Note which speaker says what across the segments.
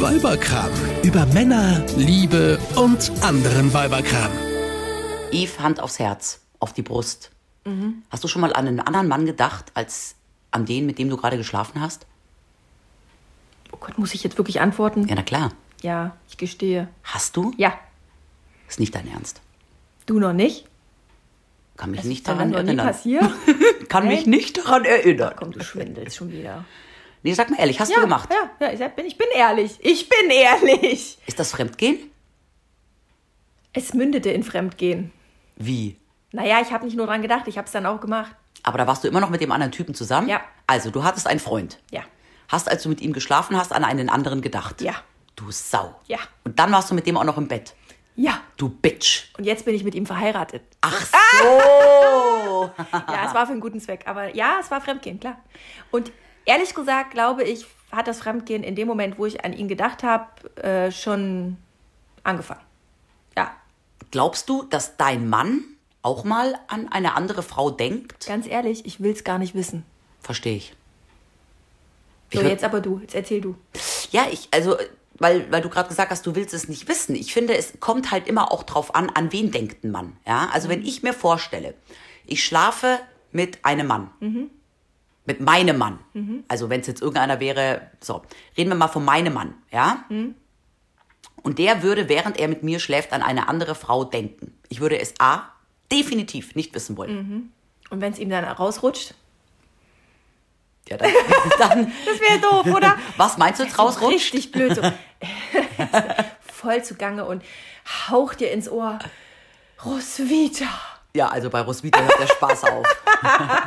Speaker 1: Weiberkram. Über Männer, Liebe und anderen Weiberkram.
Speaker 2: Eve, Hand aufs Herz, auf die Brust. Hast du schon mal an einen anderen Mann gedacht, als an den, mit dem du gerade geschlafen hast?
Speaker 3: Oh Gott, muss ich jetzt wirklich antworten?
Speaker 2: Ja, na klar.
Speaker 3: Ja, ich gestehe.
Speaker 2: Hast du?
Speaker 3: Ja,
Speaker 2: Ist nicht dein Ernst.
Speaker 3: du noch nicht?
Speaker 2: Kann mich
Speaker 3: Das
Speaker 2: nicht
Speaker 3: ist doch dann
Speaker 2: daran
Speaker 3: noch nie
Speaker 2: erinnern.
Speaker 3: passiert.
Speaker 2: Kann mich nicht daran erinnern.
Speaker 3: Komm, du schwindelst schon wieder.
Speaker 2: Nee, sag mal ehrlich, hast
Speaker 3: Ja,
Speaker 2: du gemacht?
Speaker 3: Ja, ja, ich bin, ich bin ehrlich. Ich bin ehrlich.
Speaker 2: Ist das Fremdgehen?
Speaker 3: Es mündete in Fremdgehen.
Speaker 2: Wie?
Speaker 3: Naja, ich habe nicht nur dran gedacht, ich habe es dann auch gemacht.
Speaker 2: Aber da warst du immer noch mit dem anderen Typen zusammen?
Speaker 3: Ja.
Speaker 2: Also, du hattest einen Freund.
Speaker 3: Ja.
Speaker 2: Hast, als du mit ihm geschlafen hast, an einen anderen gedacht?
Speaker 3: Ja.
Speaker 2: Du Sau.
Speaker 3: Ja.
Speaker 2: Und dann warst du mit dem auch noch im Bett.
Speaker 3: Ja.
Speaker 2: Du Bitch.
Speaker 3: Und jetzt bin ich mit ihm verheiratet.
Speaker 2: Ach
Speaker 3: Ah!
Speaker 2: so.
Speaker 3: Ja, es war für einen guten Zweck. Aber ja, es war Fremdgehen, klar. Und ehrlich gesagt, glaube ich, hat das Fremdgehen in dem Moment, wo ich an ihn gedacht habe, äh, schon angefangen. Ja,
Speaker 2: Glaubst du, dass dein Mann auch mal an eine andere Frau denkt?
Speaker 3: ganz ehrlich, ich will es gar nicht wissen.
Speaker 2: Verstehe ich.
Speaker 3: So,
Speaker 2: Ich hör-
Speaker 3: jetzt aber du, jetzt erzähl du.
Speaker 2: Ja, ich, also, weil, weil du gerade gesagt hast, du willst es nicht wissen. Ich finde, es kommt halt immer auch drauf an, an wen denkt ein Mann. Ja, also wenn ich mir vorstelle, ich schlafe mit einem Mann. Mit meinem Mann. Also wenn es jetzt irgendeiner wäre, so, reden wir mal von meinem Mann, ja? Und der würde, während er mit mir schläft, an eine andere Frau denken. Ich würde es A, definitiv nicht wissen wollen.
Speaker 3: Und wenn es ihm dann rausrutscht,
Speaker 2: Ja, dann, dann,
Speaker 3: das wäre doof, oder?
Speaker 2: was meinst du jetzt rausrutscht?
Speaker 3: Richtig blöd. So. Voll zugange und haucht dir ins Ohr. Roswitha.
Speaker 2: Ja, also bei Roswitha hört der Spaß auf.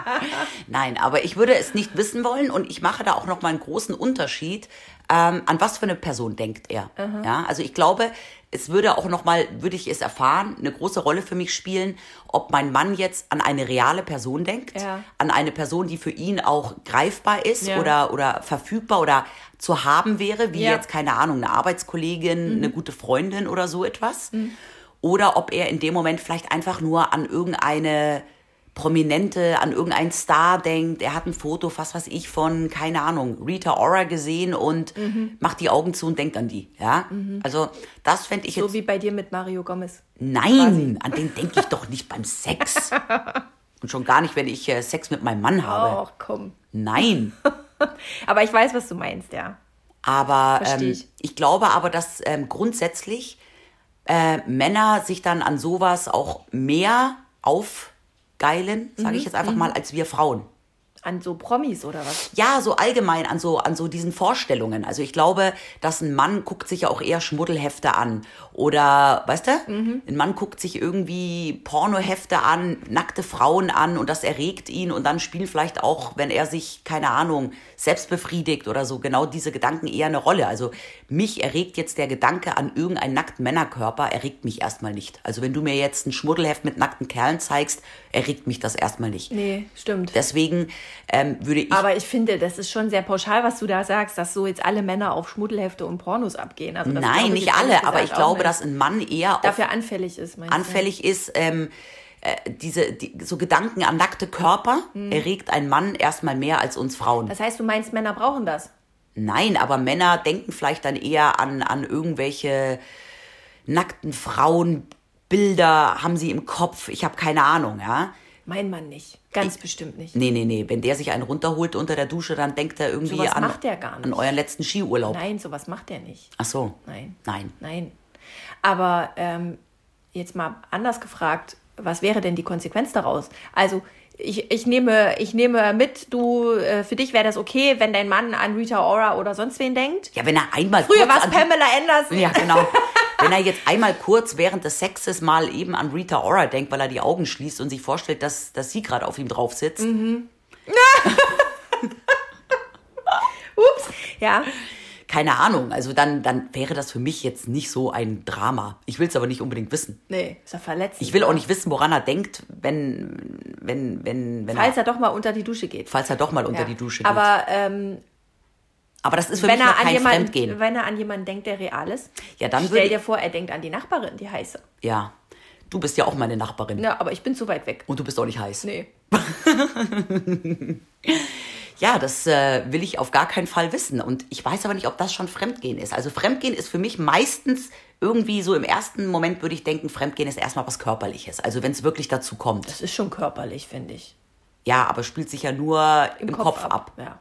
Speaker 2: Nein, aber ich würde es nicht wissen wollen und ich mache da auch nochmal einen großen Unterschied, ähm, an was für eine Person denkt er. Ja, also ich glaube, es würde auch nochmal, würde ich es erfahren, eine große Rolle für mich spielen, ob mein Mann jetzt an eine reale Person denkt,
Speaker 3: Ja.
Speaker 2: an eine Person, die für ihn auch greifbar ist
Speaker 3: Ja.
Speaker 2: oder, oder verfügbar oder zu haben wäre, wie
Speaker 3: Ja.
Speaker 2: jetzt, keine Ahnung, eine
Speaker 3: Mhm.
Speaker 2: Arbeitskollegin, eine gute Freundin oder so etwas. Oder ob er in dem Moment vielleicht einfach nur an irgendeine Prominente, an irgendeinen Star denkt. Er hat ein Foto, was weiß ich, von, keine Ahnung, Rita Ora gesehen und
Speaker 3: Mhm.
Speaker 2: macht die Augen zu und denkt an die. Ja? Also, das fände ich jetzt.
Speaker 3: So wie bei dir mit Mario Gomez.
Speaker 2: Nein, an den denke ich doch nicht beim Sex. Und schon gar nicht, wenn ich äh, Sex mit meinem Mann habe.
Speaker 3: Ach komm.
Speaker 2: Nein.
Speaker 3: Aber ich weiß, was du meinst, ja.
Speaker 2: Aber
Speaker 3: Versteh
Speaker 2: ähm,
Speaker 3: ich.
Speaker 2: ich glaube aber, dass ähm, grundsätzlich äh, Männer sich dann an sowas auch mehr aufgeilen, sage
Speaker 3: Mhm,
Speaker 2: ich jetzt einfach mal, als wir Frauen.
Speaker 3: An so Promis oder was?
Speaker 2: Ja, so allgemein an so, an so diesen Vorstellungen. Also ich glaube, dass ein Mann guckt sich ja auch eher Schmuddelhefte an. Oder, weißt du,
Speaker 3: Mhm.
Speaker 2: ein Mann guckt sich irgendwie Pornohefte an, nackte Frauen an und das erregt ihn. Und dann spielen vielleicht auch, wenn er sich, keine Ahnung, selbst befriedigt oder so, genau diese Gedanken eher eine Rolle. Also mich erregt jetzt der Gedanke an irgendeinen nackten Männerkörper, erregt mich erstmal nicht. Also wenn du mir jetzt ein Schmuddelheft mit nackten Kerlen zeigst, erregt mich das erstmal nicht.
Speaker 3: Nee, stimmt.
Speaker 2: Deswegen ähm, würde ich
Speaker 3: Aber ich finde, das ist schon sehr pauschal, was du da sagst, dass so jetzt alle Männer auf Schmuddelhefte und Pornos abgehen. Also das glaube
Speaker 2: Nein,
Speaker 3: ich
Speaker 2: nicht
Speaker 3: jetzt ehrlich
Speaker 2: alle, aber
Speaker 3: gesagt
Speaker 2: ich
Speaker 3: auch
Speaker 2: glaube,
Speaker 3: nicht.
Speaker 2: dass ein Mann eher auf
Speaker 3: dafür Hm. anfällig ist, meinst
Speaker 2: anfällig ist, ähm, äh, diese die, so Gedanken an nackte Körper erregt ein Mann erstmal mehr als uns Frauen.
Speaker 3: du? Hm. Das heißt, du meinst, Männer brauchen das.
Speaker 2: Nein, aber Männer denken vielleicht dann eher an, an irgendwelche nackten Frauenbilder, haben sie im Kopf, ich habe keine Ahnung, ja.
Speaker 3: Mein Mann nicht. Ganz bestimmt nicht.
Speaker 2: Nee, nee, nee, wenn der sich einen runterholt unter der Dusche, dann denkt er irgendwie
Speaker 3: Sowas
Speaker 2: an,
Speaker 3: macht der gar nicht.
Speaker 2: an euren letzten Skiurlaub.
Speaker 3: Nein, sowas macht er nicht.
Speaker 2: Ach so.
Speaker 3: Nein.
Speaker 2: Nein.
Speaker 3: Nein. Aber ähm, jetzt mal anders gefragt, was wäre denn die Konsequenz daraus? Also ich, ich, nehme, ich nehme mit, du, äh, für dich wäre das okay, wenn dein Mann an Rita Ora oder sonst wen denkt.
Speaker 2: Ja, wenn er einmal
Speaker 3: Früher
Speaker 2: kurz
Speaker 3: war es
Speaker 2: an die-
Speaker 3: Pamela Anderson.
Speaker 2: Ja, genau. Wenn er jetzt einmal kurz während des Sexes mal eben an Rita Ora denkt, weil er die Augen schließt und sich vorstellt, dass, dass sie gerade auf ihm drauf sitzt.
Speaker 3: Ups. Ja.
Speaker 2: Keine Ahnung. Also dann, dann wäre das für mich jetzt nicht so ein Drama. Ich will es aber nicht unbedingt wissen.
Speaker 3: Nee, ist ja verletzend.
Speaker 2: Ich will auch nicht wissen, woran er denkt, wenn, wenn, wenn, wenn
Speaker 3: Falls
Speaker 2: er,
Speaker 3: er doch mal unter die Dusche geht.
Speaker 2: falls er doch mal unter
Speaker 3: Ja.
Speaker 2: die Dusche geht.
Speaker 3: Aber ähm,
Speaker 2: aber das ist für
Speaker 3: wenn,
Speaker 2: mich noch
Speaker 3: er an
Speaker 2: kein
Speaker 3: jemanden,
Speaker 2: Fremdgehen.
Speaker 3: wenn er an jemanden denkt, der real ist,
Speaker 2: Ja, dann würde
Speaker 3: stell
Speaker 2: ich-
Speaker 3: dir vor, er denkt an die Nachbarin, die heiße.
Speaker 2: Ja. Du bist ja auch meine Nachbarin.
Speaker 3: Ja, aber ich bin zu weit weg.
Speaker 2: Und du bist auch nicht heiß.
Speaker 3: Nee.
Speaker 2: ja, das äh, will ich auf gar keinen Fall wissen. Und ich weiß aber nicht, ob das schon Fremdgehen ist. Also Fremdgehen ist für mich meistens irgendwie so im ersten Moment würde ich denken, Fremdgehen ist erstmal was Körperliches. Also wenn es wirklich dazu kommt.
Speaker 3: Das ist schon körperlich, finde ich.
Speaker 2: Ja, aber spielt sich ja nur im, Kopf, ab.
Speaker 3: Ja,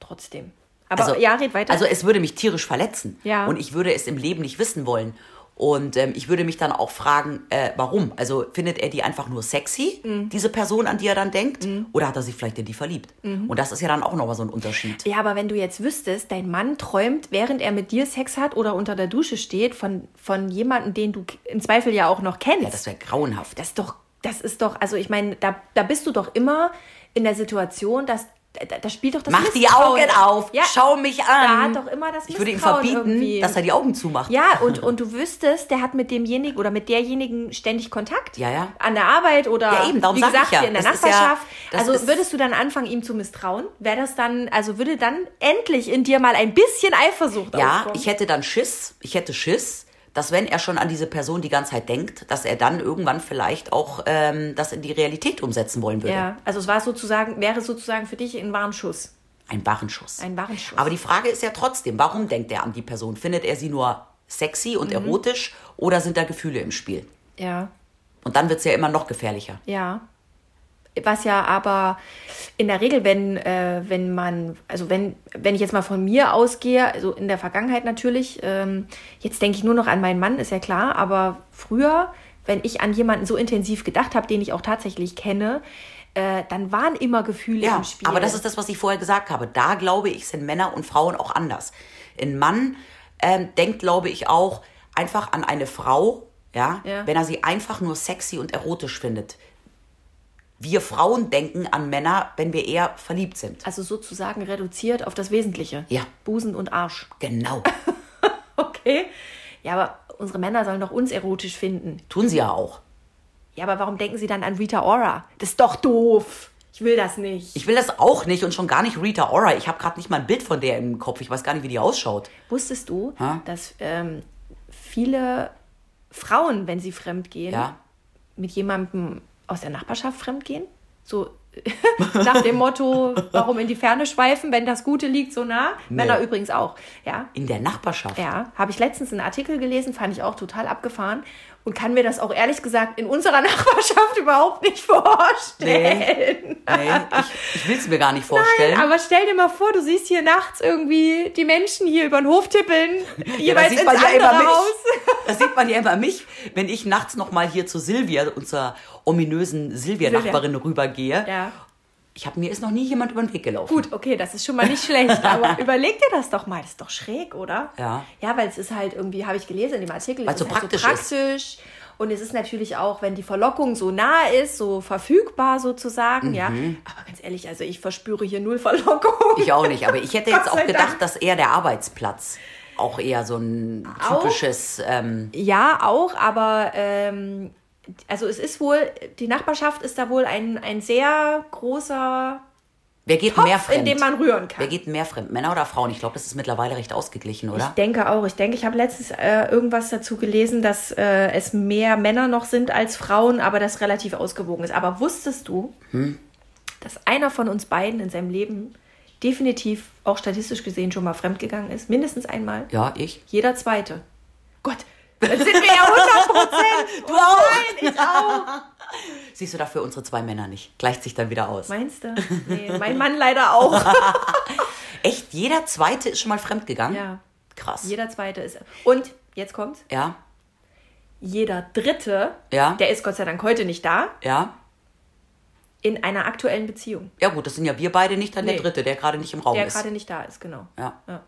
Speaker 3: trotzdem. Aber ja, red weiter.
Speaker 2: Also es würde mich tierisch verletzen.
Speaker 3: Ja.
Speaker 2: Und ich würde es im Leben nicht wissen wollen. Und ähm, ich würde mich dann auch fragen, äh, warum? Also findet er die einfach nur sexy,
Speaker 3: Mhm.
Speaker 2: diese Person, an die er dann denkt? Oder hat er sich vielleicht in die verliebt?
Speaker 3: Mhm.
Speaker 2: Und das ist ja dann auch nochmal so ein Unterschied.
Speaker 3: ja, aber wenn du jetzt wüsstest, dein Mann träumt, während er mit dir Sex hat oder unter der Dusche steht, von, von jemandem, den du im Zweifel ja auch noch kennst.
Speaker 2: Ja, das wäre grauenhaft.
Speaker 3: das ist doch, das ist doch, also ich meine, da, da bist du doch immer in der Situation, dass da, da spielt doch das
Speaker 2: Mach die
Speaker 3: Misstrauen.
Speaker 2: Augen auf, schau mich an.
Speaker 3: Da hat doch immer das
Speaker 2: ich würde ihm
Speaker 3: Misstrauen
Speaker 2: verbieten,
Speaker 3: irgendwie.
Speaker 2: dass er die Augen zumacht.
Speaker 3: Ja, und, und du wüsstest, der hat mit demjenigen oder mit derjenigen ständig Kontakt.
Speaker 2: Ja, ja.
Speaker 3: An der Arbeit oder
Speaker 2: Ja, eben, darum
Speaker 3: wie
Speaker 2: sag ich
Speaker 3: gesagt,
Speaker 2: ja.
Speaker 3: hier in der
Speaker 2: Das ist ja-
Speaker 3: Nachbarschaft.
Speaker 2: das ist-
Speaker 3: also würdest du dann anfangen, ihm zu misstrauen? Wäre das dann, also würde dann endlich in dir mal ein bisschen Eifersucht
Speaker 2: Ja,
Speaker 3: aufkommen?
Speaker 2: ich hätte dann Schiss, ich hätte Schiss, dass wenn er schon an diese Person die ganze Zeit denkt, dass er dann irgendwann vielleicht auch ähm, das in die Realität umsetzen wollen würde.
Speaker 3: ja, also es war sozusagen, wäre sozusagen für dich ein Warnschuss.
Speaker 2: Ein Warnschuss.
Speaker 3: Ein Warnschuss.
Speaker 2: Aber die Frage ist ja trotzdem, warum denkt er an die Person? Findet er sie nur sexy
Speaker 3: Mhm.
Speaker 2: und erotisch oder sind da Gefühle im Spiel?
Speaker 3: Ja,
Speaker 2: Und dann wird es ja immer noch gefährlicher.
Speaker 3: Ja. Was ja aber in der Regel, wenn, äh, wenn man, also wenn, wenn ich jetzt mal von mir ausgehe, also in der Vergangenheit natürlich, ähm, jetzt denke ich nur noch an meinen Mann, ist ja klar, aber früher, wenn ich an jemanden so intensiv gedacht habe, den ich auch tatsächlich kenne, äh, dann waren immer Gefühle
Speaker 2: Ja,
Speaker 3: im Spiel.
Speaker 2: aber das ist das, was ich vorher gesagt habe. Da glaube ich, sind Männer und Frauen auch anders. Ein Mann ähm, denkt, glaube ich, auch einfach an eine Frau, ja,
Speaker 3: Ja.
Speaker 2: wenn er sie einfach nur sexy und erotisch findet. Wir Frauen denken an Männer, wenn wir eher verliebt sind.
Speaker 3: also sozusagen reduziert auf das Wesentliche.
Speaker 2: Ja.
Speaker 3: Busen und Arsch.
Speaker 2: Genau.
Speaker 3: Okay. Ja, aber unsere Männer sollen doch uns erotisch finden.
Speaker 2: Tun sie ja auch.
Speaker 3: Ja, aber warum denken Sie dann an Rita Ora? Das ist doch doof. Ich will das nicht.
Speaker 2: Ich will das auch nicht und schon gar nicht Rita Ora. Ich habe gerade nicht mal ein Bild von der im Kopf. Ich weiß gar nicht, wie die ausschaut.
Speaker 3: Wusstest du,
Speaker 2: Ha?
Speaker 3: dass ähm, viele Frauen, wenn sie fremd gehen,
Speaker 2: Ja.
Speaker 3: mit jemandem aus der Nachbarschaft fremd gehen? So nach dem Motto, warum in die Ferne schweifen, wenn das Gute liegt so nah? Männer übrigens auch. Ja,
Speaker 2: In der Nachbarschaft.
Speaker 3: ja. Habe ich letztens einen Artikel gelesen, fand ich auch total abgefahren und kann mir das auch ehrlich gesagt in unserer Nachbarschaft überhaupt nicht vorstellen.
Speaker 2: Nee, ich, ich will es mir gar nicht vorstellen.
Speaker 3: Aber stell dir mal vor, du siehst hier nachts irgendwie die Menschen hier über den Hof tippeln,
Speaker 2: Ja, da
Speaker 3: jeweils ins
Speaker 2: man
Speaker 3: andere
Speaker 2: mich.
Speaker 3: Haus.
Speaker 2: Da sieht man ja immer mich, wenn ich nachts nochmal hier zu Silvia, unserer ominösen Silvia-Nachbarin, rübergehe.
Speaker 3: Ja.
Speaker 2: Ich habe mir ist noch nie jemand über den Weg gelaufen.
Speaker 3: Gut, okay, das ist schon mal nicht schlecht, aber überleg dir das doch mal. Das ist doch schräg, oder?
Speaker 2: Ja.
Speaker 3: Ja, weil es ist halt irgendwie, habe ich gelesen in dem Artikel,
Speaker 2: Weil's so
Speaker 3: es ist halt
Speaker 2: praktisch
Speaker 3: so praktisch. Und es ist natürlich auch, wenn die Verlockung so nah ist, so verfügbar sozusagen, ja. Aber ganz ehrlich, also ich verspüre hier null Verlockung.
Speaker 2: Mhm. Ich auch nicht, aber ich hätte jetzt
Speaker 3: Gott
Speaker 2: auch
Speaker 3: sei
Speaker 2: gedacht,
Speaker 3: Dank.
Speaker 2: dass eher der Arbeitsplatz auch eher so ein
Speaker 3: Auch?
Speaker 2: typisches. Ähm,
Speaker 3: Ja, auch, aber ähm, also es ist wohl, die Nachbarschaft ist da wohl ein, ein sehr großer
Speaker 2: wer geht mehr
Speaker 3: Topf,
Speaker 2: fremd?
Speaker 3: in dem man rühren
Speaker 2: wer
Speaker 3: kann.
Speaker 2: geht mehr fremd? Männer oder Frauen? Ich glaube, das ist mittlerweile recht ausgeglichen,
Speaker 3: Ich
Speaker 2: oder?
Speaker 3: denke auch. Ich denke, ich habe letztens äh, irgendwas dazu gelesen, dass äh, es mehr Männer noch sind als Frauen, aber das relativ ausgewogen ist. Aber wusstest du,
Speaker 2: Hm?
Speaker 3: dass einer von uns beiden in seinem Leben definitiv auch statistisch gesehen schon mal fremdgegangen ist? Mindestens einmal.
Speaker 2: Ja, ich.
Speaker 3: Jeder zweite. Gott, dann sind wir ja Oh, 100 Prozent. Du auch. Nein, ich auch.
Speaker 2: Siehst du dafür unsere zwei Männer nicht? Gleicht sich dann wieder aus.
Speaker 3: Meinst du? Nee, mein Mann leider auch.
Speaker 2: Echt? Jeder Zweite ist schon mal fremdgegangen?
Speaker 3: Ja.
Speaker 2: Krass.
Speaker 3: Jeder zweite ist. Und jetzt kommt's.
Speaker 2: ja,
Speaker 3: jeder Dritte,
Speaker 2: Ja.
Speaker 3: der ist Gott sei Dank heute nicht da,
Speaker 2: ja.
Speaker 3: in einer aktuellen Beziehung,
Speaker 2: Ja gut, das sind ja wir beide nicht, dann der
Speaker 3: Nee.
Speaker 2: Dritte, der gerade nicht im Raum
Speaker 3: der
Speaker 2: ist.
Speaker 3: gerade nicht da ist, genau.
Speaker 2: Oh, Ja.
Speaker 3: Ja.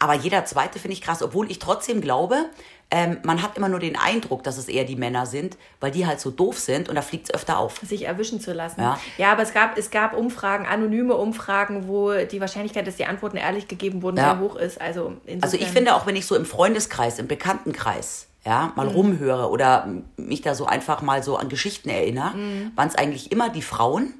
Speaker 2: Aber jeder zweite finde ich krass, obwohl ich trotzdem glaube, ähm, man hat immer nur den Eindruck, dass es eher die Männer sind, weil die halt so doof sind und da fliegt es öfter auf.
Speaker 3: Sich erwischen zu lassen.
Speaker 2: Ja.
Speaker 3: aber es gab, es gab Umfragen, anonyme Umfragen, wo die Wahrscheinlichkeit, dass die Antworten ehrlich gegeben wurden,
Speaker 2: Ja.
Speaker 3: sehr hoch ist. Also, insofern,
Speaker 2: Also ich finde auch, wenn ich so im Freundeskreis, im Bekanntenkreis, ja, mal rumhöre oder mich da so einfach mal so an Geschichten erinnere, waren es eigentlich immer die Frauen,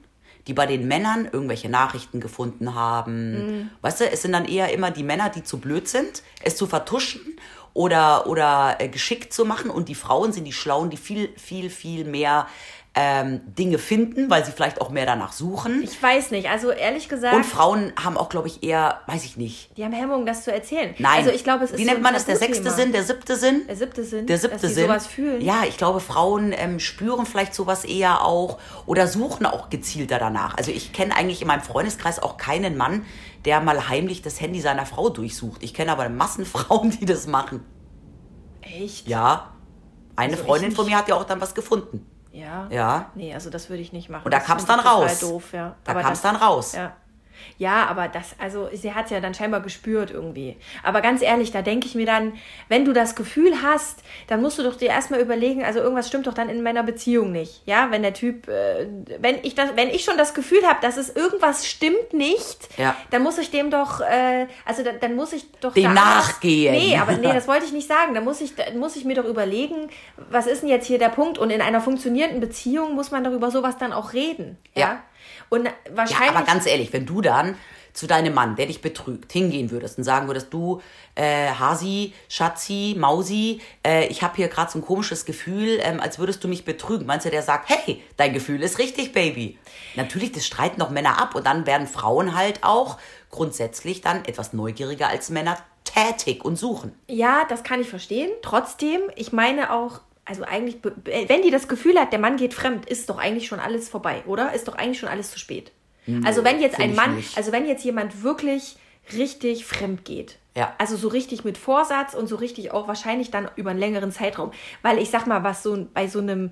Speaker 2: die bei den Männern irgendwelche Nachrichten gefunden haben. Weißt du, es sind dann eher immer die Männer, die zu blöd sind, es zu vertuschen oder, oder äh, geschickt zu machen und die Frauen sind die Schlauen, die viel, viel, viel mehr ähm, Dinge finden, weil sie vielleicht auch mehr danach suchen.
Speaker 3: Ich weiß nicht. Also ehrlich gesagt,
Speaker 2: Und Frauen haben auch, glaube ich, eher, weiß ich nicht.
Speaker 3: die haben Hemmungen, das zu erzählen.
Speaker 2: Nein.
Speaker 3: Also ich glaube, es ist
Speaker 2: Wie
Speaker 3: so
Speaker 2: nennt
Speaker 3: ein
Speaker 2: man das? Der sechste
Speaker 3: Tabuthema.
Speaker 2: Sinn, der siebte Sinn?
Speaker 3: Der siebte Sinn.
Speaker 2: Der siebte
Speaker 3: dass die
Speaker 2: Sinn.
Speaker 3: sowas fühlen.
Speaker 2: Ja, ich glaube, Frauen ähm, spüren vielleicht sowas eher auch oder suchen auch gezielter danach. Also ich kenne eigentlich in meinem Freundeskreis auch keinen Mann, der mal heimlich das Handy seiner Frau durchsucht. Ich kenne aber Massenfrauen, die das machen.
Speaker 3: Echt?
Speaker 2: Ja. Eine
Speaker 3: Also ich
Speaker 2: Freundin von
Speaker 3: nicht.
Speaker 2: mir hat ja auch dann was gefunden.
Speaker 3: Ja.
Speaker 2: Ja.
Speaker 3: Nee, also das würde ich nicht machen.
Speaker 2: Und da
Speaker 3: Das
Speaker 2: kam's
Speaker 3: finde ich
Speaker 2: dann
Speaker 3: total
Speaker 2: raus.
Speaker 3: doof, ja.
Speaker 2: Da
Speaker 3: Aber
Speaker 2: kam's
Speaker 3: das-
Speaker 2: dann raus.
Speaker 3: Ja. Ja, aber das, also sie hat es ja dann scheinbar gespürt irgendwie. Aber ganz ehrlich, da denke ich mir dann, wenn du das Gefühl hast, dann musst du doch dir erstmal überlegen, also irgendwas stimmt doch dann in meiner Beziehung nicht. Ja, wenn der Typ, äh, wenn ich das, wenn ich schon das Gefühl habe, dass es irgendwas stimmt nicht,
Speaker 2: Ja.
Speaker 3: dann muss ich dem doch, äh, also dann, dann muss ich doch
Speaker 2: Dem
Speaker 3: da anders-
Speaker 2: nachgehen.
Speaker 3: Nee, aber nee, das wollte ich nicht sagen. Da muss ich, da muss ich mir doch überlegen, was ist denn jetzt hier der Punkt? Und in einer funktionierenden Beziehung muss man doch über sowas dann auch reden. Ja.
Speaker 2: Ja.
Speaker 3: Und
Speaker 2: Ja,
Speaker 3: wahrscheinlich.
Speaker 2: aber ganz ehrlich, wenn du dann zu deinem Mann, der dich betrügt, hingehen würdest und sagen würdest, du, äh, Hasi, Schatzi, Mausi, äh, ich habe hier gerade so ein komisches Gefühl, ähm, als würdest du mich betrügen. Meinst du, der sagt, hey, dein Gefühl ist richtig, Baby? Natürlich, das streiten noch Männer ab und dann werden Frauen halt auch grundsätzlich dann etwas neugieriger als Männer tätig und suchen.
Speaker 3: ja, das kann ich verstehen. Trotzdem, ich meine auch, also eigentlich, be- wenn die das Gefühl hat, der Mann geht fremd, ist doch eigentlich schon alles vorbei, oder? Ist doch eigentlich schon alles zu spät. also wenn jetzt
Speaker 2: Hm, find
Speaker 3: ein
Speaker 2: ich
Speaker 3: Mann,
Speaker 2: nicht.
Speaker 3: also wenn jetzt jemand wirklich richtig fremd geht.
Speaker 2: Ja.
Speaker 3: Also so richtig mit Vorsatz und so richtig auch wahrscheinlich dann über einen längeren Zeitraum. Weil ich sag mal, was so ein- bei so einem,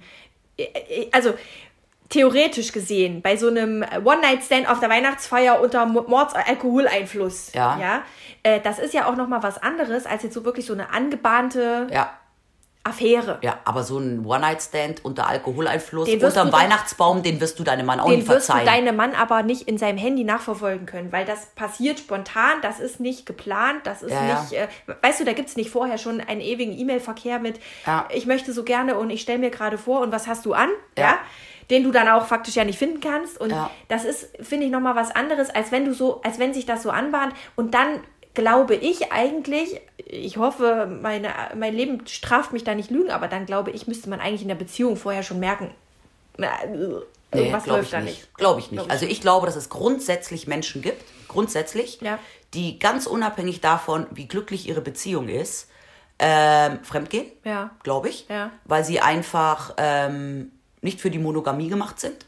Speaker 3: also theoretisch gesehen, bei so einem One-Night-Stand auf der Weihnachtsfeier unter Mo- Mords Alkoholeinfluss,
Speaker 2: Ja.
Speaker 3: ja äh, das ist ja auch nochmal was anderes als jetzt so wirklich so eine angebahnte
Speaker 2: Ja,
Speaker 3: Affäre.
Speaker 2: ja, aber so ein One-Night-Stand unter Alkoholeinfluss,
Speaker 3: Den wirst
Speaker 2: unterm
Speaker 3: du doch-
Speaker 2: Weihnachtsbaum, den wirst du deinem Mann auch
Speaker 3: Den
Speaker 2: nicht
Speaker 3: wirst du
Speaker 2: verzeihen.
Speaker 3: deinem Mann aber nicht in seinem Handy nachverfolgen können, weil das passiert spontan, das ist nicht geplant, das ist
Speaker 2: Ja, ja.
Speaker 3: nicht, äh, weißt du, da gibt es nicht vorher schon einen ewigen E-Mail-Verkehr mit,
Speaker 2: Ja.
Speaker 3: ich möchte so gerne und ich stelle mir gerade vor und was hast du an, ja.
Speaker 2: Ja.
Speaker 3: den du dann auch faktisch ja nicht finden kannst und
Speaker 2: Ja.
Speaker 3: das ist, finde ich, nochmal was anderes, als wenn du so, als wenn sich das so anbahnt und dann glaube ich eigentlich, ich hoffe, meine, mein Leben straft mich da nicht lügen, aber dann glaube ich, müsste man eigentlich in der Beziehung vorher schon merken, na,
Speaker 2: Nee,
Speaker 3: irgendwas
Speaker 2: glaub
Speaker 3: läuft
Speaker 2: ich
Speaker 3: da nicht.
Speaker 2: Glaube ich nicht.
Speaker 3: Glaub ich
Speaker 2: also ich glaube, dass es grundsätzlich Menschen gibt, grundsätzlich,
Speaker 3: Ja.
Speaker 2: die ganz unabhängig davon, wie glücklich ihre Beziehung ist, ähm, fremdgehen,
Speaker 3: Ja.
Speaker 2: glaube ich,
Speaker 3: Ja.
Speaker 2: weil sie einfach ähm, nicht für die Monogamie gemacht sind.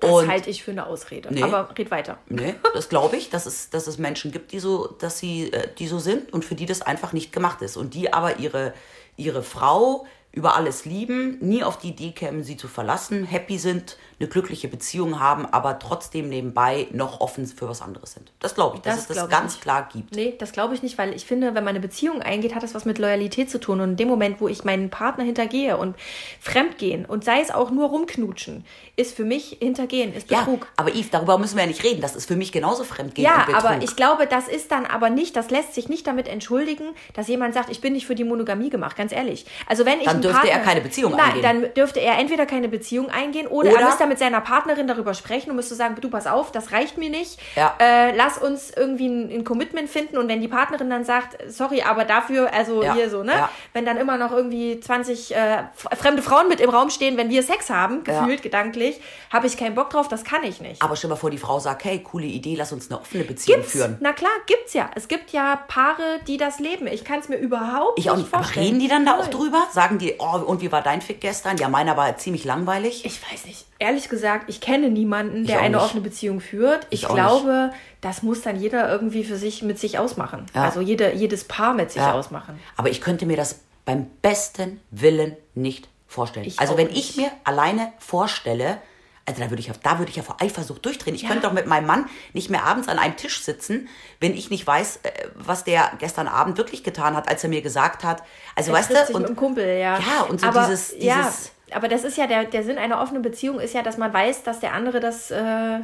Speaker 3: Das halt
Speaker 2: Und
Speaker 3: halte ich für eine Ausrede.
Speaker 2: Nee.
Speaker 3: Aber red weiter.
Speaker 2: nee, Ne? das glaube ich, dass es, dass es Menschen gibt, die so, dass sie, äh, die so sind und für die das einfach nicht gemacht ist. Und die aber ihre, ihre Frau über alles lieben, nie auf die Idee kämen, sie zu verlassen, happy sind, eine glückliche Beziehung haben, aber trotzdem nebenbei noch offen für was anderes sind. Das glaube ich, dass
Speaker 3: Das
Speaker 2: es das
Speaker 3: glaub ich
Speaker 2: ganz
Speaker 3: nicht.
Speaker 2: klar gibt.
Speaker 3: Nee, das glaube ich nicht, weil ich finde, wenn man eine Beziehung eingeht, hat das was mit Loyalität zu tun. Und in dem Moment, wo ich meinen Partner hintergehe und fremdgehen und sei es auch nur rumknutschen, ist für mich hintergehen, ist
Speaker 2: Ja,
Speaker 3: Betrug.
Speaker 2: aber Yves, darüber müssen wir ja nicht reden. Das ist für mich genauso fremdgehen und
Speaker 3: Ja,
Speaker 2: Betrug.
Speaker 3: aber ich glaube, das ist dann aber nicht, das lässt sich nicht damit entschuldigen, dass jemand sagt, ich bin nicht für die Monogamie gemacht, ganz ehrlich. Also wenn ich
Speaker 2: Dann
Speaker 3: einen
Speaker 2: dürfte
Speaker 3: Partner,
Speaker 2: er keine Beziehung
Speaker 3: nein,
Speaker 2: eingehen.
Speaker 3: dann dürfte er entweder keine Beziehung eingehen oder,
Speaker 2: Oder-
Speaker 3: er müsste mit seiner Partnerin darüber sprechen und müsste sagen, du pass auf, das reicht mir nicht,
Speaker 2: Ja.
Speaker 3: äh, lass uns irgendwie ein, ein Commitment finden und wenn die Partnerin dann sagt, sorry, aber dafür, also
Speaker 2: Ja,
Speaker 3: hier so, ne,
Speaker 2: ja.
Speaker 3: wenn dann immer noch irgendwie 20 äh, fremde Frauen mit im Raum stehen, wenn wir Sex haben,
Speaker 2: Ja.
Speaker 3: gefühlt, gedanklich, habe ich keinen Bock drauf, das kann ich nicht.
Speaker 2: aber stell mal vor, die Frau sagt, hey, coole Idee, lass uns eine offene Beziehung
Speaker 3: Gibt's.
Speaker 2: führen.
Speaker 3: Na klar, gibt's ja. Es gibt ja Paare, die das leben. Ich kann es mir überhaupt
Speaker 2: Ich auch
Speaker 3: nicht
Speaker 2: nicht. Aber
Speaker 3: vorstellen.
Speaker 2: reden die dann da auch
Speaker 3: Null.
Speaker 2: drüber? Sagen die, oh, und wie war dein Fick gestern? Ja, meiner war ziemlich langweilig.
Speaker 3: Ich weiß nicht. Ehrlich gesagt, ich kenne niemanden, der
Speaker 2: auch
Speaker 3: eine
Speaker 2: nicht.
Speaker 3: offene Beziehung führt. Ich,
Speaker 2: Ich auch
Speaker 3: glaube, das muss dann jeder irgendwie für sich mit sich ausmachen.
Speaker 2: Ja.
Speaker 3: Also jede, jedes Paar mit sich
Speaker 2: Ja.
Speaker 3: ausmachen.
Speaker 2: Aber ich könnte mir das beim besten Willen nicht vorstellen.
Speaker 3: Ich
Speaker 2: also
Speaker 3: auch
Speaker 2: wenn
Speaker 3: nicht.
Speaker 2: ich mir alleine vorstelle, also da würde ich ja, da würde ich ja vor Eifersucht durchdrehen. Ich
Speaker 3: Ja.
Speaker 2: könnte doch mit meinem Mann nicht mehr abends an einem Tisch sitzen, wenn ich nicht weiß, äh, was der gestern Abend wirklich getan hat, als er mir gesagt hat. Also
Speaker 3: Er
Speaker 2: weißt
Speaker 3: trifft
Speaker 2: du,
Speaker 3: sich mit
Speaker 2: und
Speaker 3: einem Kumpel, ja.
Speaker 2: Ja, und so
Speaker 3: aber,
Speaker 2: dieses-
Speaker 3: ja,
Speaker 2: dieses-
Speaker 3: aber das ist ja der, der Sinn einer offenen Beziehung, ist ja, dass man weiß, dass der andere das äh,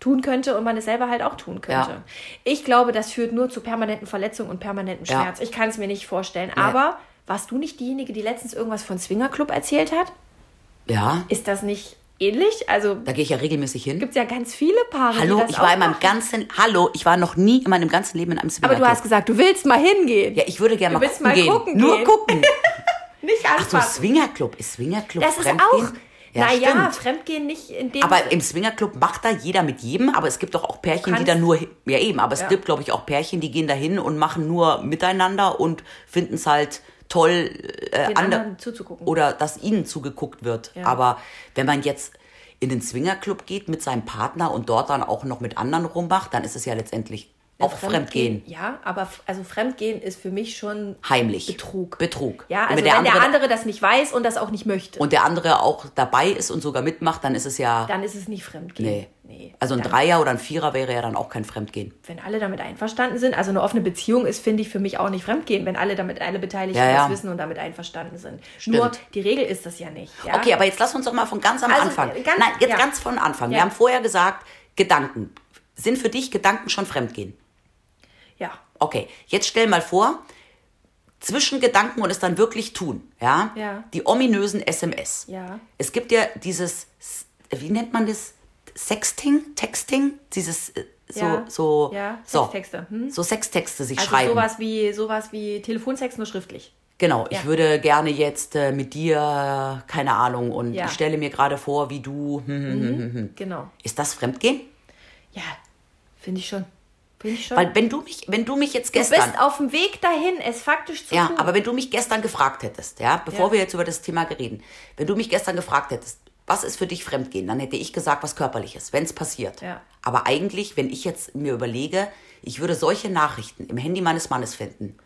Speaker 3: tun könnte und man es selber halt auch tun könnte.
Speaker 2: Ja.
Speaker 3: Ich glaube, das führt nur zu permanenten Verletzungen und permanentem
Speaker 2: Ja.
Speaker 3: Schmerz. Ich kann es mir nicht vorstellen. Aber warst du nicht diejenige, die letztens irgendwas von Swingerclub erzählt hat?
Speaker 2: ja,
Speaker 3: Ist das nicht ähnlich? Also
Speaker 2: da gehe ich ja regelmäßig hin.
Speaker 3: gibt es ja ganz viele Paare, die
Speaker 2: Hallo,
Speaker 3: das
Speaker 2: ich war in meinem
Speaker 3: aufmachen.
Speaker 2: ganzen Hallo, ich war noch nie in meinem ganzen Leben in einem
Speaker 3: Aber du
Speaker 2: Swingerclub.
Speaker 3: hast gesagt, du willst mal hingehen.
Speaker 2: ja, ich würde gerne
Speaker 3: Du
Speaker 2: mal
Speaker 3: willst
Speaker 2: gucken
Speaker 3: mal
Speaker 2: gehen.
Speaker 3: gucken
Speaker 2: Nur
Speaker 3: gehen.
Speaker 2: gucken.
Speaker 3: Nicht
Speaker 2: Ach so,
Speaker 3: anfassen.
Speaker 2: Swingerclub ist Swingerclub
Speaker 3: Das ist
Speaker 2: Fremdgehen?
Speaker 3: auch.
Speaker 2: Ja,
Speaker 3: naja,
Speaker 2: stimmt.
Speaker 3: Fremdgehen nicht in dem
Speaker 2: Aber im Swingerclub macht da jeder mit jedem, aber es gibt doch auch Pärchen, die
Speaker 3: Kannst-
Speaker 2: da nur, hin- ja eben, aber es
Speaker 3: Ja.
Speaker 2: gibt, glaube ich, auch Pärchen, die gehen da hin und machen nur miteinander und finden es halt toll, äh,
Speaker 3: Den
Speaker 2: ander-
Speaker 3: anderen zuzugucken.
Speaker 2: oder dass ihnen zugeguckt wird.
Speaker 3: Ja.
Speaker 2: Aber wenn man jetzt in den Swingerclub geht mit seinem Partner und dort dann auch noch mit anderen rummacht, dann ist es ja letztendlich
Speaker 3: Denn
Speaker 2: auch Fremdgehen.
Speaker 3: Ja, aber f- also Fremdgehen ist für mich schon
Speaker 2: Heimlich.
Speaker 3: Betrug.
Speaker 2: Betrug.
Speaker 3: Ja,
Speaker 2: Und wenn
Speaker 3: also wenn
Speaker 2: der
Speaker 3: der
Speaker 2: andere-
Speaker 3: andere das nicht weiß und das auch nicht möchte,
Speaker 2: Und der andere auch dabei ist und sogar mitmacht, dann ist es ja.
Speaker 3: dann ist es nicht Fremdgehen.
Speaker 2: nee.
Speaker 3: nee.
Speaker 2: Also ein
Speaker 3: dann,
Speaker 2: Dreier oder ein Vierer wäre ja dann auch kein Fremdgehen.
Speaker 3: Wenn alle damit einverstanden sind, also eine offene Beziehung ist, finde ich, für mich auch nicht Fremdgehen, wenn alle damit, alle Beteiligten
Speaker 2: Ja, ja.
Speaker 3: das wissen und damit einverstanden sind.
Speaker 2: Stimmt.
Speaker 3: Nur die Regel ist das ja nicht. Ja?
Speaker 2: Okay, aber jetzt lass uns doch mal von ganz am
Speaker 3: Also,
Speaker 2: Anfang.
Speaker 3: ganz-
Speaker 2: Nein, jetzt
Speaker 3: ja.
Speaker 2: ganz von Anfang. Wir
Speaker 3: Ja.
Speaker 2: haben vorher gesagt, Gedanken. Sind für dich Gedanken schon Fremdgehen?
Speaker 3: ja.
Speaker 2: Okay, jetzt stell mal vor, zwischen Gedanken und es dann wirklich tun, ja?
Speaker 3: Ja.
Speaker 2: Die ominösen SMS.
Speaker 3: Ja.
Speaker 2: Es gibt ja dieses, wie nennt man das? Sexting? Texting? Dieses, äh, so,
Speaker 3: Ja.
Speaker 2: so,
Speaker 3: Ja,
Speaker 2: so.
Speaker 3: Sextexte, hm?
Speaker 2: So Sextexte sich
Speaker 3: Also
Speaker 2: schreiben.
Speaker 3: sowas wie sowas wie Telefonsex nur schriftlich.
Speaker 2: Genau, ich
Speaker 3: Ja.
Speaker 2: würde gerne jetzt äh, mit dir, keine Ahnung, und
Speaker 3: Ja.
Speaker 2: ich stelle mir gerade vor, wie du. Hm, hm, hm.
Speaker 3: Genau.
Speaker 2: Ist das Fremdgehen?
Speaker 3: Ja, finde ich schon. Finde ich schon.
Speaker 2: Weil wenn du mich, wenn du mich jetzt
Speaker 3: du
Speaker 2: gestern.
Speaker 3: bist auf dem Weg dahin, es faktisch zu
Speaker 2: ja,
Speaker 3: tun.
Speaker 2: aber wenn du mich gestern gefragt hättest, ja, bevor
Speaker 3: Ja.
Speaker 2: wir jetzt über das Thema reden, wenn du mich gestern gefragt hättest, was ist für dich Fremdgehen, dann hätte ich gesagt, was körperliches, wenn es passiert.
Speaker 3: Ja.
Speaker 2: Aber eigentlich, wenn ich jetzt mir überlege, ich würde solche Nachrichten im Handy meines Mannes finden.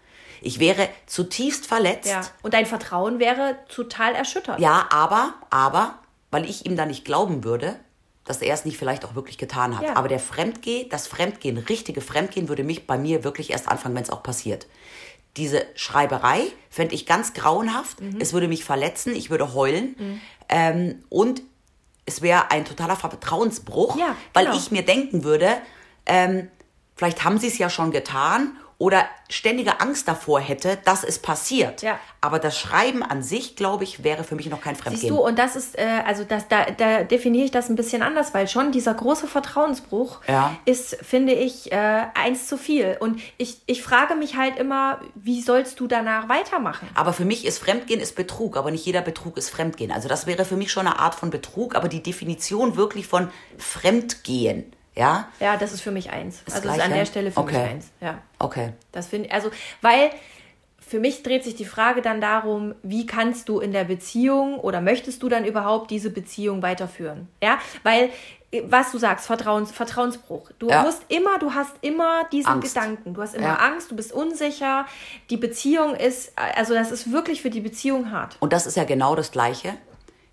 Speaker 2: Ich wäre zutiefst verletzt.
Speaker 3: ja. Und dein Vertrauen wäre total erschüttert.
Speaker 2: Ja, aber, aber, weil ich ihm da nicht glauben würde, dass er es nicht vielleicht auch wirklich getan hat.
Speaker 3: Ja.
Speaker 2: Aber der Fremdgeh, das Fremdgehen, richtige Fremdgehen würde mich bei mir wirklich erst anfangen, wenn es auch passiert. Diese Schreiberei fände ich ganz grauenhaft.
Speaker 3: Mhm.
Speaker 2: Es würde mich verletzen, ich würde heulen. Ähm, und es wäre ein totaler Vertrauensbruch,
Speaker 3: Ja,
Speaker 2: weil
Speaker 3: genau.
Speaker 2: ich mir denken würde, ähm, vielleicht haben sie es ja schon getan oder ständige Angst davor hätte, dass es passiert.
Speaker 3: Ja.
Speaker 2: Aber das Schreiben an sich, glaube ich, wäre für mich noch kein Fremdgehen.
Speaker 3: Siehst du, und das ist, äh, also das, da, da definiere ich das ein bisschen anders, weil schon dieser große Vertrauensbruch
Speaker 2: Ja.
Speaker 3: ist, finde ich, äh, eins zu viel. Und ich, ich frage mich halt immer, wie sollst du danach weitermachen?
Speaker 2: Aber für mich ist Fremdgehen ist Betrug, aber nicht jeder Betrug ist Fremdgehen. Also das wäre für mich schon eine Art von Betrug, aber die Definition wirklich von Fremdgehen, ja?
Speaker 3: Ja, das ist für mich eins.
Speaker 2: Das
Speaker 3: also ist an
Speaker 2: Gleiche?
Speaker 3: der Stelle für
Speaker 2: Okay.
Speaker 3: mich eins. Ja.
Speaker 2: Okay.
Speaker 3: Das finde ich, also, weil für mich dreht sich die Frage dann darum, wie kannst du in der Beziehung oder möchtest du dann überhaupt diese Beziehung weiterführen? Ja, weil äh, was du sagst, Vertrauens, Vertrauensbruch. Du
Speaker 2: Ja.
Speaker 3: musst immer, du hast immer diesen
Speaker 2: Angst.
Speaker 3: Gedanken. Du hast immer
Speaker 2: Ja.
Speaker 3: Angst, du bist unsicher. Die Beziehung ist, also das ist wirklich für die Beziehung hart.
Speaker 2: Und das ist ja genau das Gleiche.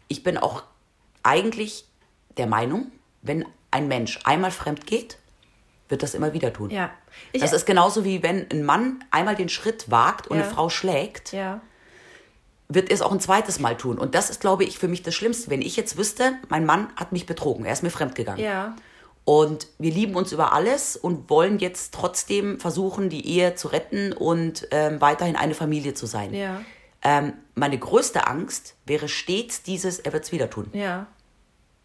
Speaker 2: Ich bin auch eigentlich der Meinung, wenn ein Mensch einmal fremd geht, wird das immer wieder tun.
Speaker 3: Ja. Ich,
Speaker 2: das ist genauso wie wenn ein Mann einmal den Schritt wagt und
Speaker 3: Ja.
Speaker 2: eine Frau schlägt,
Speaker 3: ja.
Speaker 2: wird er es auch ein zweites Mal tun. Und das ist, glaube ich, für mich das Schlimmste. Wenn ich jetzt wüsste, mein Mann hat mich betrogen, er ist mir fremdgegangen.
Speaker 3: Ja.
Speaker 2: Und wir lieben uns über alles und wollen jetzt trotzdem versuchen, die Ehe zu retten und ähm, weiterhin eine Familie zu sein.
Speaker 3: Ja.
Speaker 2: Ähm, meine größte Angst wäre stets dieses, er wird es wieder tun.
Speaker 3: Ja.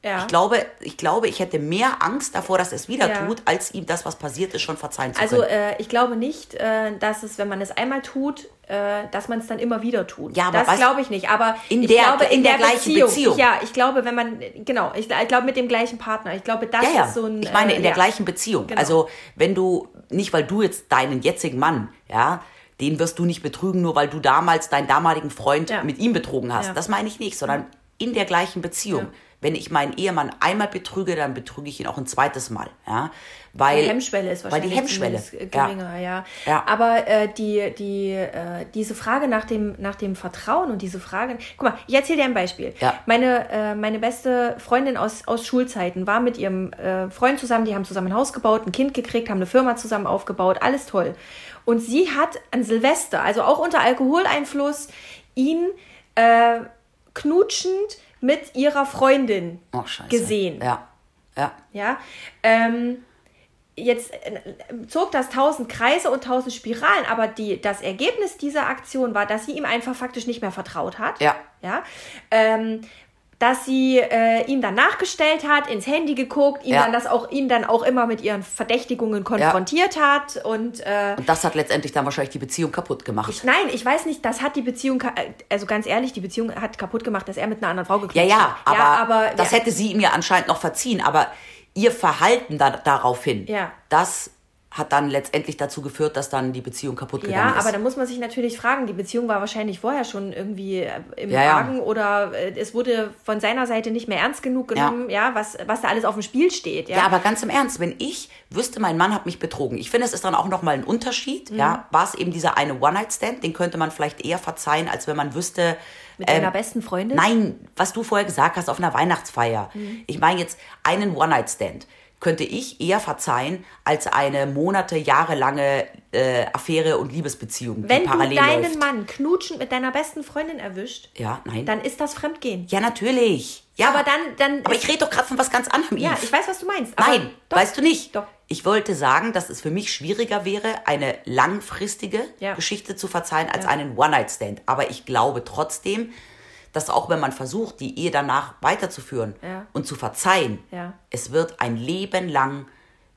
Speaker 3: Ja.
Speaker 2: Ich glaube, ich glaube, ich hätte mehr Angst davor, dass er es wieder
Speaker 3: Ja.
Speaker 2: tut, als ihm das, was passiert ist, schon verzeihen zu
Speaker 3: also
Speaker 2: können.
Speaker 3: äh, ich glaube nicht, äh, dass es, wenn man es einmal tut, äh, dass man es dann immer wieder tut.
Speaker 2: Ja, aber
Speaker 3: das
Speaker 2: weißt-
Speaker 3: glaube ich nicht. Aber
Speaker 2: In
Speaker 3: ich
Speaker 2: der-
Speaker 3: glaube,
Speaker 2: in der gleichen Beziehung.
Speaker 3: Ja, ich glaube, wenn man genau, ich, ich glaube mit dem gleichen Partner. Ich glaube, das
Speaker 2: ja, ja.
Speaker 3: ist so ein.
Speaker 2: ich meine,
Speaker 3: äh,
Speaker 2: in der
Speaker 3: ja.
Speaker 2: gleichen Beziehung.
Speaker 3: Genau.
Speaker 2: Also, wenn du, nicht weil du jetzt deinen jetzigen Mann, ja, den wirst du nicht betrügen, nur weil du damals deinen damaligen Freund
Speaker 3: Ja.
Speaker 2: mit ihm betrogen hast.
Speaker 3: Ja. Mhm.
Speaker 2: Das meine ich nicht, sondern in der gleichen Beziehung.
Speaker 3: Ja.
Speaker 2: Wenn ich meinen Ehemann einmal betrüge, dann betrüge ich ihn auch ein zweites Mal, ja. Weil,
Speaker 3: Die Hemmschwelle ist
Speaker 2: Weil die
Speaker 3: wahrscheinlich
Speaker 2: Hemmschwelle,
Speaker 3: zumindest, äh,
Speaker 2: ja.
Speaker 3: geringer, ja.
Speaker 2: Ja.
Speaker 3: Aber äh, die, die, äh, diese Frage nach dem, nach dem Vertrauen und diese Frage, guck mal, ich erzähle dir ein Beispiel.
Speaker 2: Ja.
Speaker 3: Meine, äh, meine beste Freundin aus, aus Schulzeiten war mit ihrem äh, Freund zusammen, die haben zusammen ein Haus gebaut, ein Kind gekriegt, haben eine Firma zusammen aufgebaut, alles toll. Und sie hat an Silvester, also auch unter Alkoholeinfluss, ihn äh, knutschend mit ihrer Freundin
Speaker 2: Oh, scheiße.
Speaker 3: gesehen.
Speaker 2: Ja. Ja.
Speaker 3: Ja, ähm, jetzt äh, zog das tausend Kreise und tausend Spiralen, aber die, das Ergebnis dieser Aktion war, dass sie ihm einfach faktisch nicht mehr vertraut hat.
Speaker 2: Ja.
Speaker 3: ja? Ähm, dass sie äh, ihm dann nachgestellt hat, ins Handy geguckt, ihm
Speaker 2: Ja.
Speaker 3: dann das auch ihn dann auch immer mit ihren Verdächtigungen konfrontiert hat und äh,
Speaker 2: Und das hat letztendlich dann wahrscheinlich die Beziehung kaputt gemacht.
Speaker 3: ich, nein, ich weiß nicht, das hat die Beziehung, ka- also ganz ehrlich, die Beziehung hat kaputt gemacht, dass er mit einer anderen Frau
Speaker 2: Ja,
Speaker 3: geknutscht
Speaker 2: ja,
Speaker 3: hat.
Speaker 2: aber, das
Speaker 3: ja,
Speaker 2: hätte sie ihm ja anscheinend noch verziehen, aber ihr Verhalten da, daraufhin,
Speaker 3: Ja.
Speaker 2: das hat dann letztendlich dazu geführt, dass dann die Beziehung kaputt gegangen ist.
Speaker 3: Ja, aber da muss man sich natürlich fragen, die Beziehung war wahrscheinlich vorher schon irgendwie äh, im
Speaker 2: Ja, ja.
Speaker 3: Magen oder äh, es wurde von seiner Seite nicht mehr ernst genug
Speaker 2: Ja.
Speaker 3: genommen, ja, was, was da alles auf dem Spiel steht, ja.
Speaker 2: Ja, aber ganz im Ernst, wenn ich wüsste, mein Mann hat mich betrogen, ich finde, es ist dann auch nochmal ein Unterschied,
Speaker 3: Mhm.
Speaker 2: ja, war es eben dieser eine One-Night-Stand, den könnte man vielleicht eher verzeihen, als wenn man wüsste... ähm,
Speaker 3: mit deiner besten Freundin?
Speaker 2: Nein, was du vorher gesagt hast, auf einer Weihnachtsfeier.
Speaker 3: Mhm.
Speaker 2: Ich meine jetzt einen One-Night-Stand könnte ich eher verzeihen, als eine Monate, jahrelange äh, Affäre und Liebesbeziehung,
Speaker 3: Wenn
Speaker 2: die
Speaker 3: du
Speaker 2: parallel
Speaker 3: deinen
Speaker 2: läuft.
Speaker 3: Mann knutschend mit deiner besten Freundin erwischt,
Speaker 2: ja, nein.
Speaker 3: dann ist das Fremdgehen.
Speaker 2: ja, natürlich. Ja,
Speaker 3: Aber dann, dann
Speaker 2: Aber ich rede doch gerade von was ganz anderem.
Speaker 3: ja,
Speaker 2: Yves.
Speaker 3: ich weiß, was du meinst. aber-
Speaker 2: Nein,
Speaker 3: doch,
Speaker 2: weißt du nicht.
Speaker 3: Doch.
Speaker 2: Ich wollte sagen, dass es für mich schwieriger wäre, eine langfristige
Speaker 3: Ja.
Speaker 2: Geschichte zu verzeihen als
Speaker 3: Ja.
Speaker 2: einen One-Night-Stand. Aber ich glaube trotzdem, dass auch wenn man versucht, die Ehe danach weiterzuführen
Speaker 3: Ja.
Speaker 2: und zu verzeihen,
Speaker 3: Ja.
Speaker 2: es wird ein Leben lang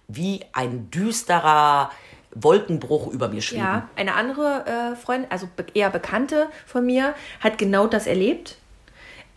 Speaker 2: wie ein düsterer Wolkenbruch über mir schweben.
Speaker 3: Ja, eine andere äh, Freundin, also be eher Bekannte von mir, hat genau das erlebt.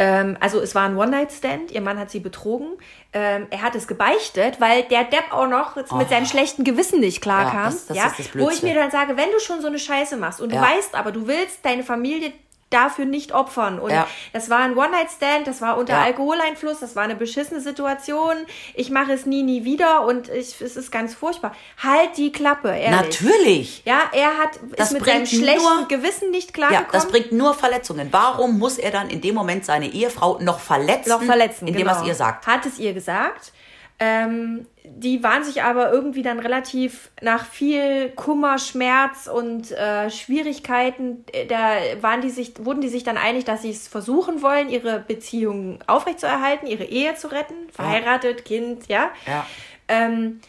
Speaker 3: Ähm, also es war ein One-Night-Stand, ihr Mann hat sie betrogen. Ähm, er hat es gebeichtet, weil der Depp auch noch jetzt mit seinem schlechten Gewissen nicht klarkam.
Speaker 2: Oh. Ja,
Speaker 3: Ja,
Speaker 2: das- das ist das
Speaker 3: Wo ich
Speaker 2: Blödste.
Speaker 3: mir dann sage, wenn du schon so eine Scheiße machst und
Speaker 2: Ja.
Speaker 3: du weißt aber, du willst deine Familie dafür nicht opfern. Und
Speaker 2: Ja.
Speaker 3: das war ein One-Night-Stand, das war unter
Speaker 2: Ja.
Speaker 3: Alkoholeinfluss, das war eine beschissene Situation. Ich mache es nie, nie wieder und ich, es ist ganz furchtbar. Halt die Klappe, ehrlich.
Speaker 2: Natürlich.
Speaker 3: Ja, er hat
Speaker 2: Das
Speaker 3: ist mit seinem
Speaker 2: bringt
Speaker 3: schlechten
Speaker 2: nur-
Speaker 3: Gewissen nicht
Speaker 2: Ja,
Speaker 3: klargekommen.
Speaker 2: das bringt nur Verletzungen. Warum muss er dann in dem Moment seine Ehefrau noch verletzen,
Speaker 3: noch verletzen,
Speaker 2: indem
Speaker 3: genau.
Speaker 2: er es ihr sagt?
Speaker 3: Hat es ihr gesagt. Ähm, die waren sich aber irgendwie dann relativ nach viel Kummer, Schmerz und äh, Schwierigkeiten, äh, da waren die sich, wurden die sich dann einig, dass sie es versuchen wollen, ihre Beziehung aufrechtzuerhalten, ihre Ehe zu retten, verheiratet, Kind, ja.
Speaker 2: Ja.
Speaker 3: Ähm,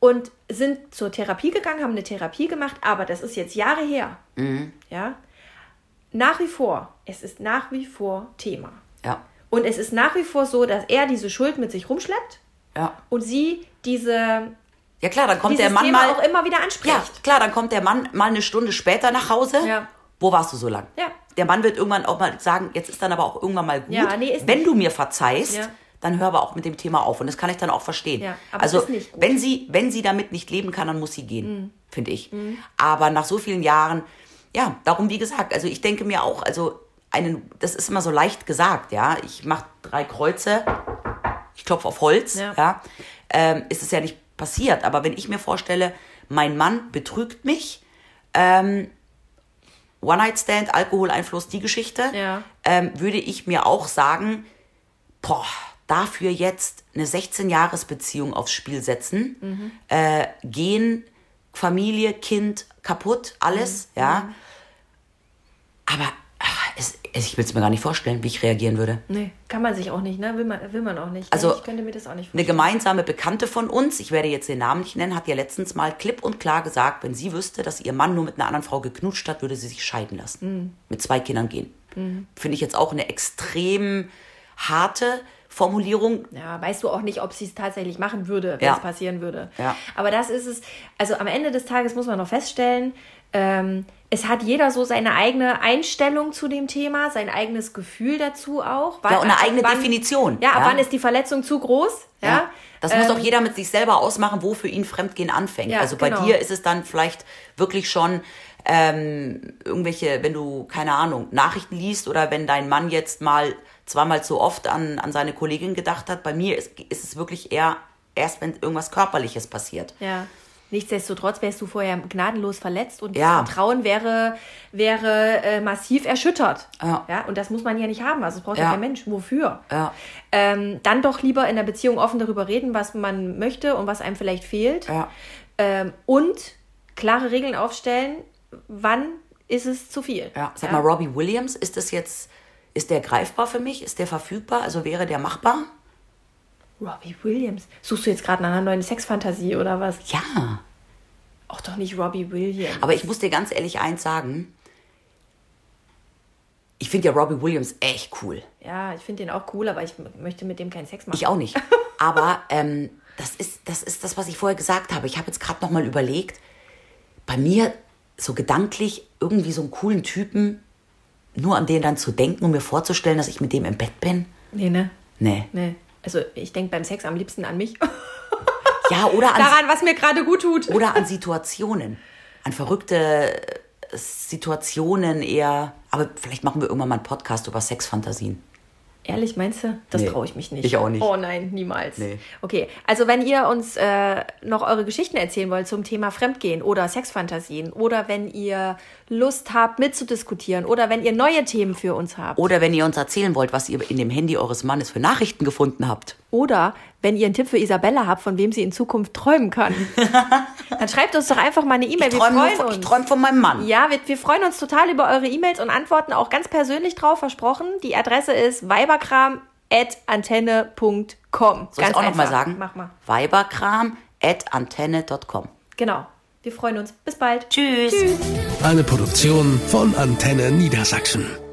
Speaker 3: und sind zur Therapie gegangen, haben eine Therapie gemacht, aber das ist jetzt Jahre her.
Speaker 2: Mhm.
Speaker 3: Ja. Nach wie vor, es ist nach wie vor Thema.
Speaker 2: Ja,
Speaker 3: Und es ist nach wie vor so, dass er diese Schuld mit sich rumschleppt
Speaker 2: ja.
Speaker 3: und sie diese,
Speaker 2: Ja klar, dann kommt
Speaker 3: dieses
Speaker 2: der Mann
Speaker 3: Thema
Speaker 2: mal
Speaker 3: auch immer wieder
Speaker 2: Ja,
Speaker 3: anspricht.
Speaker 2: klar, dann kommt der Mann mal eine Stunde später nach Hause.
Speaker 3: Ja.
Speaker 2: Wo warst du so lang?
Speaker 3: Ja.
Speaker 2: Der Mann wird irgendwann auch mal sagen, jetzt ist dann aber auch irgendwann mal gut.
Speaker 3: Ja, nee, ist
Speaker 2: wenn
Speaker 3: nicht.
Speaker 2: du mir verzeihst,
Speaker 3: Ja.
Speaker 2: dann hör aber auch mit dem Thema auf. Und das kann ich dann auch verstehen.
Speaker 3: Ja, aber
Speaker 2: also
Speaker 3: es ist nicht gut. Mhm.
Speaker 2: wenn sie, wenn sie damit nicht leben kann, dann muss sie gehen, finde ich. Aber nach so vielen Jahren, ja, darum wie gesagt, also ich denke mir auch, also einen, das ist immer so leicht gesagt, ja. Ich mache drei Kreuze, ich klopfe auf Holz, ja.
Speaker 3: Ja.
Speaker 2: ähm, ist es ja nicht passiert. Aber wenn ich mir vorstelle, mein Mann betrügt mich, ähm, One-Night-Stand, Alkoholeinfluss, die Geschichte,
Speaker 3: Ja.
Speaker 2: ähm, würde ich mir auch sagen, boah, dafür jetzt eine 16-Jahres-Beziehung aufs Spiel setzen,
Speaker 3: Mhm.
Speaker 2: äh, gehen, Familie, Kind kaputt, alles,
Speaker 3: Mhm.
Speaker 2: ja. Aber ach, es, es, ich will es mir gar nicht vorstellen, wie ich reagieren würde.
Speaker 3: Nee, kann man sich auch nicht, ne? Will man, will man auch nicht.
Speaker 2: Also-
Speaker 3: ich könnte mir das auch nicht
Speaker 2: Eine
Speaker 3: vorstellen.
Speaker 2: gemeinsame Bekannte von uns, ich werde jetzt den Namen nicht nennen, hat ja letztens mal klipp und klar gesagt, wenn sie wüsste, dass ihr Mann nur mit einer anderen Frau geknutscht hat, würde sie sich scheiden lassen. Mit zwei Kindern gehen. Finde ich jetzt auch eine extrem harte Formulierung.
Speaker 3: Ja, weißt du auch nicht, ob sie es tatsächlich machen würde, wenn
Speaker 2: Ja.
Speaker 3: es passieren würde.
Speaker 2: Ja.
Speaker 3: Aber das ist es. Also am Ende des Tages muss man noch feststellen, ähm, es hat jeder so seine eigene Einstellung zu dem Thema, sein eigenes Gefühl dazu auch. Wann-
Speaker 2: Ja, und eine eigene
Speaker 3: wann-
Speaker 2: Definition.
Speaker 3: Ja, ab
Speaker 2: Ja.
Speaker 3: wann ist die Verletzung zu groß? Ja.
Speaker 2: Das muss
Speaker 3: Ähm,
Speaker 2: auch jeder mit sich selber ausmachen, wo für ihn Fremdgehen anfängt.
Speaker 3: Ja,
Speaker 2: also bei
Speaker 3: genau.
Speaker 2: dir ist es dann vielleicht wirklich schon ähm, irgendwelche, wenn du, keine Ahnung, Nachrichten liest oder wenn dein Mann jetzt mal zweimal zu oft an, an seine Kollegin gedacht hat. Bei mir ist, ist es wirklich eher erst, wenn irgendwas Körperliches passiert.
Speaker 3: Ja. Nichtsdestotrotz wärst du vorher gnadenlos verletzt und
Speaker 2: Ja.
Speaker 3: das Vertrauen wäre, wäre äh, massiv erschüttert.
Speaker 2: Ja.
Speaker 3: Und das muss man ja nicht haben. Also es braucht ja,
Speaker 2: Ja.
Speaker 3: kein Mensch. Wofür?
Speaker 2: Ja.
Speaker 3: Ähm, dann doch lieber in der Beziehung offen darüber reden, was man möchte und was einem vielleicht fehlt.
Speaker 2: Ja.
Speaker 3: Ähm, und klare Regeln aufstellen, wann ist es zu viel.
Speaker 2: Ja. Sag mal, Robbie Williams, ist das jetzt, ist der greifbar für mich? Ist der verfügbar? Also wäre der machbar?
Speaker 3: Robbie Williams. Suchst du jetzt gerade nach einer neuen Sexfantasie oder was?
Speaker 2: Ja.
Speaker 3: Auch doch nicht Robbie Williams.
Speaker 2: Aber ich muss dir ganz ehrlich eins sagen. Ich finde ja Robbie Williams echt cool.
Speaker 3: Ja, ich finde den auch cool, aber ich m- möchte mit dem keinen Sex machen.
Speaker 2: Ich auch nicht. Aber ähm, das, ist, das ist das, was ich vorher gesagt habe. Ich habe jetzt gerade nochmal überlegt, bei mir so gedanklich irgendwie so einen coolen Typen, nur an den dann zu denken und mir vorzustellen, dass ich mit dem im Bett bin.
Speaker 3: Nee, ne?
Speaker 2: Nee.
Speaker 3: Nee. Also ich denke beim Sex am liebsten an mich.
Speaker 2: Ja, oder an,
Speaker 3: Daran, was mir gerade gut tut.
Speaker 2: oder an Situationen. An verrückte äh, Situationen eher. Aber vielleicht machen wir irgendwann mal einen Podcast über Sexfantasien.
Speaker 3: Ehrlich, meinst du? Das
Speaker 2: Nee.
Speaker 3: traue ich mich nicht.
Speaker 2: Ich auch nicht.
Speaker 3: Oh nein, niemals.
Speaker 2: Nee.
Speaker 3: Okay, also wenn ihr uns äh, noch eure Geschichten erzählen wollt zum Thema Fremdgehen oder Sexfantasien oder wenn ihr Lust habt mitzudiskutieren oder wenn ihr neue Themen für uns habt
Speaker 2: Oder wenn ihr uns erzählen wollt, was ihr in dem Handy eures Mannes für Nachrichten gefunden habt.
Speaker 3: oder wenn ihr einen Tipp für Isabella habt, von wem sie in Zukunft träumen kann, dann schreibt uns doch einfach mal eine E-Mail.
Speaker 2: Ich
Speaker 3: Wir
Speaker 2: träume
Speaker 3: freuen
Speaker 2: nur von-
Speaker 3: uns.
Speaker 2: ich träum von meinem Mann.
Speaker 3: Ja, wir, wir freuen uns total über eure E-Mails und antworten auch ganz persönlich drauf, versprochen. Die Adresse ist weiberkram.antenne.com.
Speaker 2: Soll ich auch nochmal sagen?
Speaker 3: Mach mal.
Speaker 2: Weiberkram at antenne.com.
Speaker 3: Genau. Wir freuen uns. Bis bald.
Speaker 2: Tschüss.
Speaker 1: Eine Produktion von Antenne Niedersachsen.